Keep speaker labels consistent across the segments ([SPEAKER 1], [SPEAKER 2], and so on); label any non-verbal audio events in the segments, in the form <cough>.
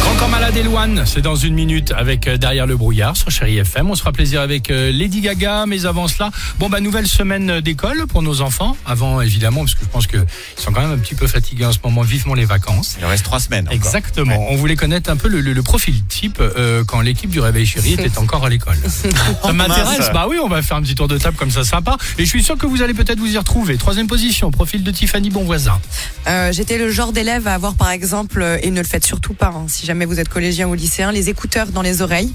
[SPEAKER 1] Grand Corps Malade et Loane, c'est dans une minute avec euh, Derrière le brouillard sur Chéri FM. On se fera plaisir avec euh, Lady Gaga, mais avant cela, bon bah nouvelle semaine euh, d'école pour nos enfants. Avant évidemment, parce que je pense qu'ils sont quand même un petit peu fatigués en ce moment, vivement les vacances.
[SPEAKER 2] Il en reste trois semaines. encore.
[SPEAKER 1] Exactement. On voulait connaître un peu le, le- le profil type euh, quand l'équipe du Réveil Chéri <laughs> était encore à l'école. ça m'intéresse.
[SPEAKER 2] mince.
[SPEAKER 1] Bah oui, on va faire un petit tour de table comme ça, sympa. Et je suis sûr que vous allez peut-être vous y retrouver. Troisième position, profil de Tiffany Bonvoisin.
[SPEAKER 3] Euh, J'étais le genre d'élève à avoir, par exemple, euh, et ne le faites surtout pas, hein, si jamais vous êtes collégien ou lycéen, les écouteurs dans les oreilles.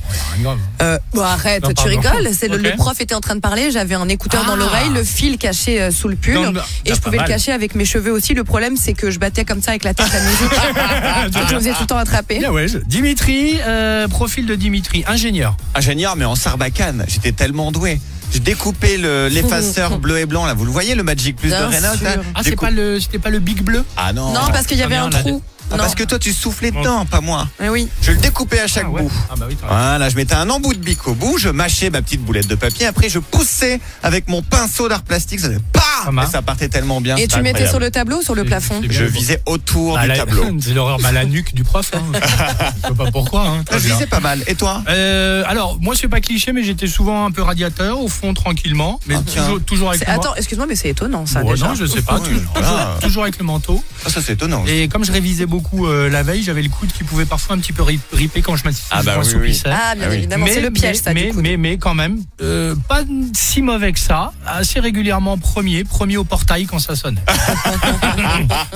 [SPEAKER 1] Ah,
[SPEAKER 3] Euh, bon, arrête,
[SPEAKER 1] Non,
[SPEAKER 3] tu
[SPEAKER 1] pardon.
[SPEAKER 3] rigoles. C'est le,
[SPEAKER 1] Ok.
[SPEAKER 3] le prof était en train de parler, j'avais un écouteur dans
[SPEAKER 1] Ah.
[SPEAKER 3] l'oreille, le fil caché euh, sous le pull,
[SPEAKER 1] Dans le-
[SPEAKER 3] et
[SPEAKER 1] Ah,
[SPEAKER 3] je
[SPEAKER 1] pas
[SPEAKER 3] pouvais le
[SPEAKER 1] mal.
[SPEAKER 3] cacher avec mes cheveux aussi. Le problème, c'est que je battais comme ça avec la tête
[SPEAKER 1] <laughs>
[SPEAKER 3] la musique. Donc, je me faisais tout le temps attraper.
[SPEAKER 1] Bien ouais. je- Dimitri, euh, profil de Dimitri, ingénieur.
[SPEAKER 2] Ingénieur, mais en sarbacane. J'étais tellement doué. J'ai découpé le- l'effaceur bleu et blanc, là. Vous le voyez, le Magic Plus
[SPEAKER 3] Bien
[SPEAKER 2] de Reynolds
[SPEAKER 3] sûr.
[SPEAKER 2] là
[SPEAKER 1] Ah,
[SPEAKER 2] J'ai
[SPEAKER 1] c'est
[SPEAKER 2] coup-
[SPEAKER 1] pas le, c'était pas le Big Bleu
[SPEAKER 2] Ah non.
[SPEAKER 3] Non, parce qu'il y avait
[SPEAKER 1] Ah,
[SPEAKER 3] un
[SPEAKER 1] mais on a
[SPEAKER 3] trou.
[SPEAKER 2] Ah,
[SPEAKER 3] Non.
[SPEAKER 2] parce que toi, tu soufflais dedans, pas moi.
[SPEAKER 3] Mais oui.
[SPEAKER 2] Je le découpais à chaque
[SPEAKER 1] Ah ouais.
[SPEAKER 2] bout.
[SPEAKER 1] Ah bah oui, t'as raison.
[SPEAKER 2] Voilà, je mettais un embout de bic au bout, je mâchais ma petite boulette de papier, après je poussais avec mon pinceau d'art plastique, ça faisait
[SPEAKER 1] Pas
[SPEAKER 2] pas
[SPEAKER 1] mal.
[SPEAKER 2] Et ça partait tellement
[SPEAKER 1] Ah,
[SPEAKER 2] bien.
[SPEAKER 3] Et
[SPEAKER 2] c'était
[SPEAKER 3] tu mettais
[SPEAKER 2] incroyable.
[SPEAKER 3] sur le tableau ou sur le
[SPEAKER 1] C'est-
[SPEAKER 3] plafond
[SPEAKER 1] c'est bien.
[SPEAKER 2] Je visais autour
[SPEAKER 1] Bah,
[SPEAKER 2] du
[SPEAKER 1] la- <laughs>
[SPEAKER 2] tableau.
[SPEAKER 1] C'est l'horreur, bah, la nuque du prof.
[SPEAKER 2] <laughs>
[SPEAKER 1] Hein. je sais pas pourquoi. Hein.
[SPEAKER 2] Ah,
[SPEAKER 1] Très
[SPEAKER 2] Je
[SPEAKER 1] bien.
[SPEAKER 2] visais pas mal. Et toi
[SPEAKER 1] Euh, alors, moi, c'est pas cliché, mais j'étais souvent un peu radiateur, au fond, tranquillement, mais
[SPEAKER 2] Ah, tiens.
[SPEAKER 1] toujours, toujours avec
[SPEAKER 3] C'est-
[SPEAKER 1] le
[SPEAKER 3] Attends, excuse-moi, mais c'est étonnant ça
[SPEAKER 1] manteau.
[SPEAKER 3] déjà.
[SPEAKER 1] Oh, non, je sais pas. <laughs>
[SPEAKER 2] Ouais,
[SPEAKER 1] tu-
[SPEAKER 2] alors là.
[SPEAKER 1] toujours, toujours avec le manteau.
[SPEAKER 2] Ah, Ça c'est étonnant.
[SPEAKER 1] Et comme je révisais beaucoup euh, la veille, j'avais le coude qui pouvait parfois un petit peu rip- ripper quand je m'assouissais.
[SPEAKER 2] Ah bah
[SPEAKER 1] je
[SPEAKER 2] oui, oui.
[SPEAKER 1] m'assoupissais.
[SPEAKER 3] Ah, bien
[SPEAKER 2] Ah oui.
[SPEAKER 3] évidemment, c'est le piège
[SPEAKER 1] mais,
[SPEAKER 3] ça
[SPEAKER 1] mais,
[SPEAKER 3] du coup.
[SPEAKER 1] mais, mais quand même, euh, pas si mauvais que ça. Assez régulièrement premier, premier au portail quand ça
[SPEAKER 3] <laughs>
[SPEAKER 1] sonne.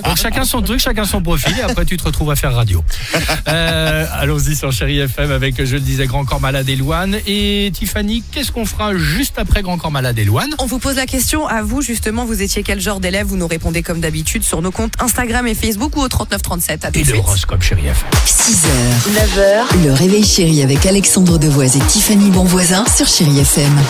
[SPEAKER 1] Donc chacun son truc, chacun son profil. Et après, tu te retrouves à faire radio. Euh, Allons-y sur Chéri FM avec, je le disais, Grand Corps Malade et Loane. Et Tiffany, qu'est-ce qu'on fera juste après Grand Corps Malade et Loane
[SPEAKER 3] On vous pose la question à vous justement, vous étiez quel genre d'élève Vous nous répondez comme d'habitude sur nos comptes Instagram et Facebook ou au 3937. À tout
[SPEAKER 1] Et
[SPEAKER 3] de
[SPEAKER 1] le
[SPEAKER 3] suite.
[SPEAKER 1] horoscope Chéri FM.
[SPEAKER 4] 6h, 9h, le réveil chéri avec Alexandre Devoise et Tiffany Bonvoisin sur Chéri FM.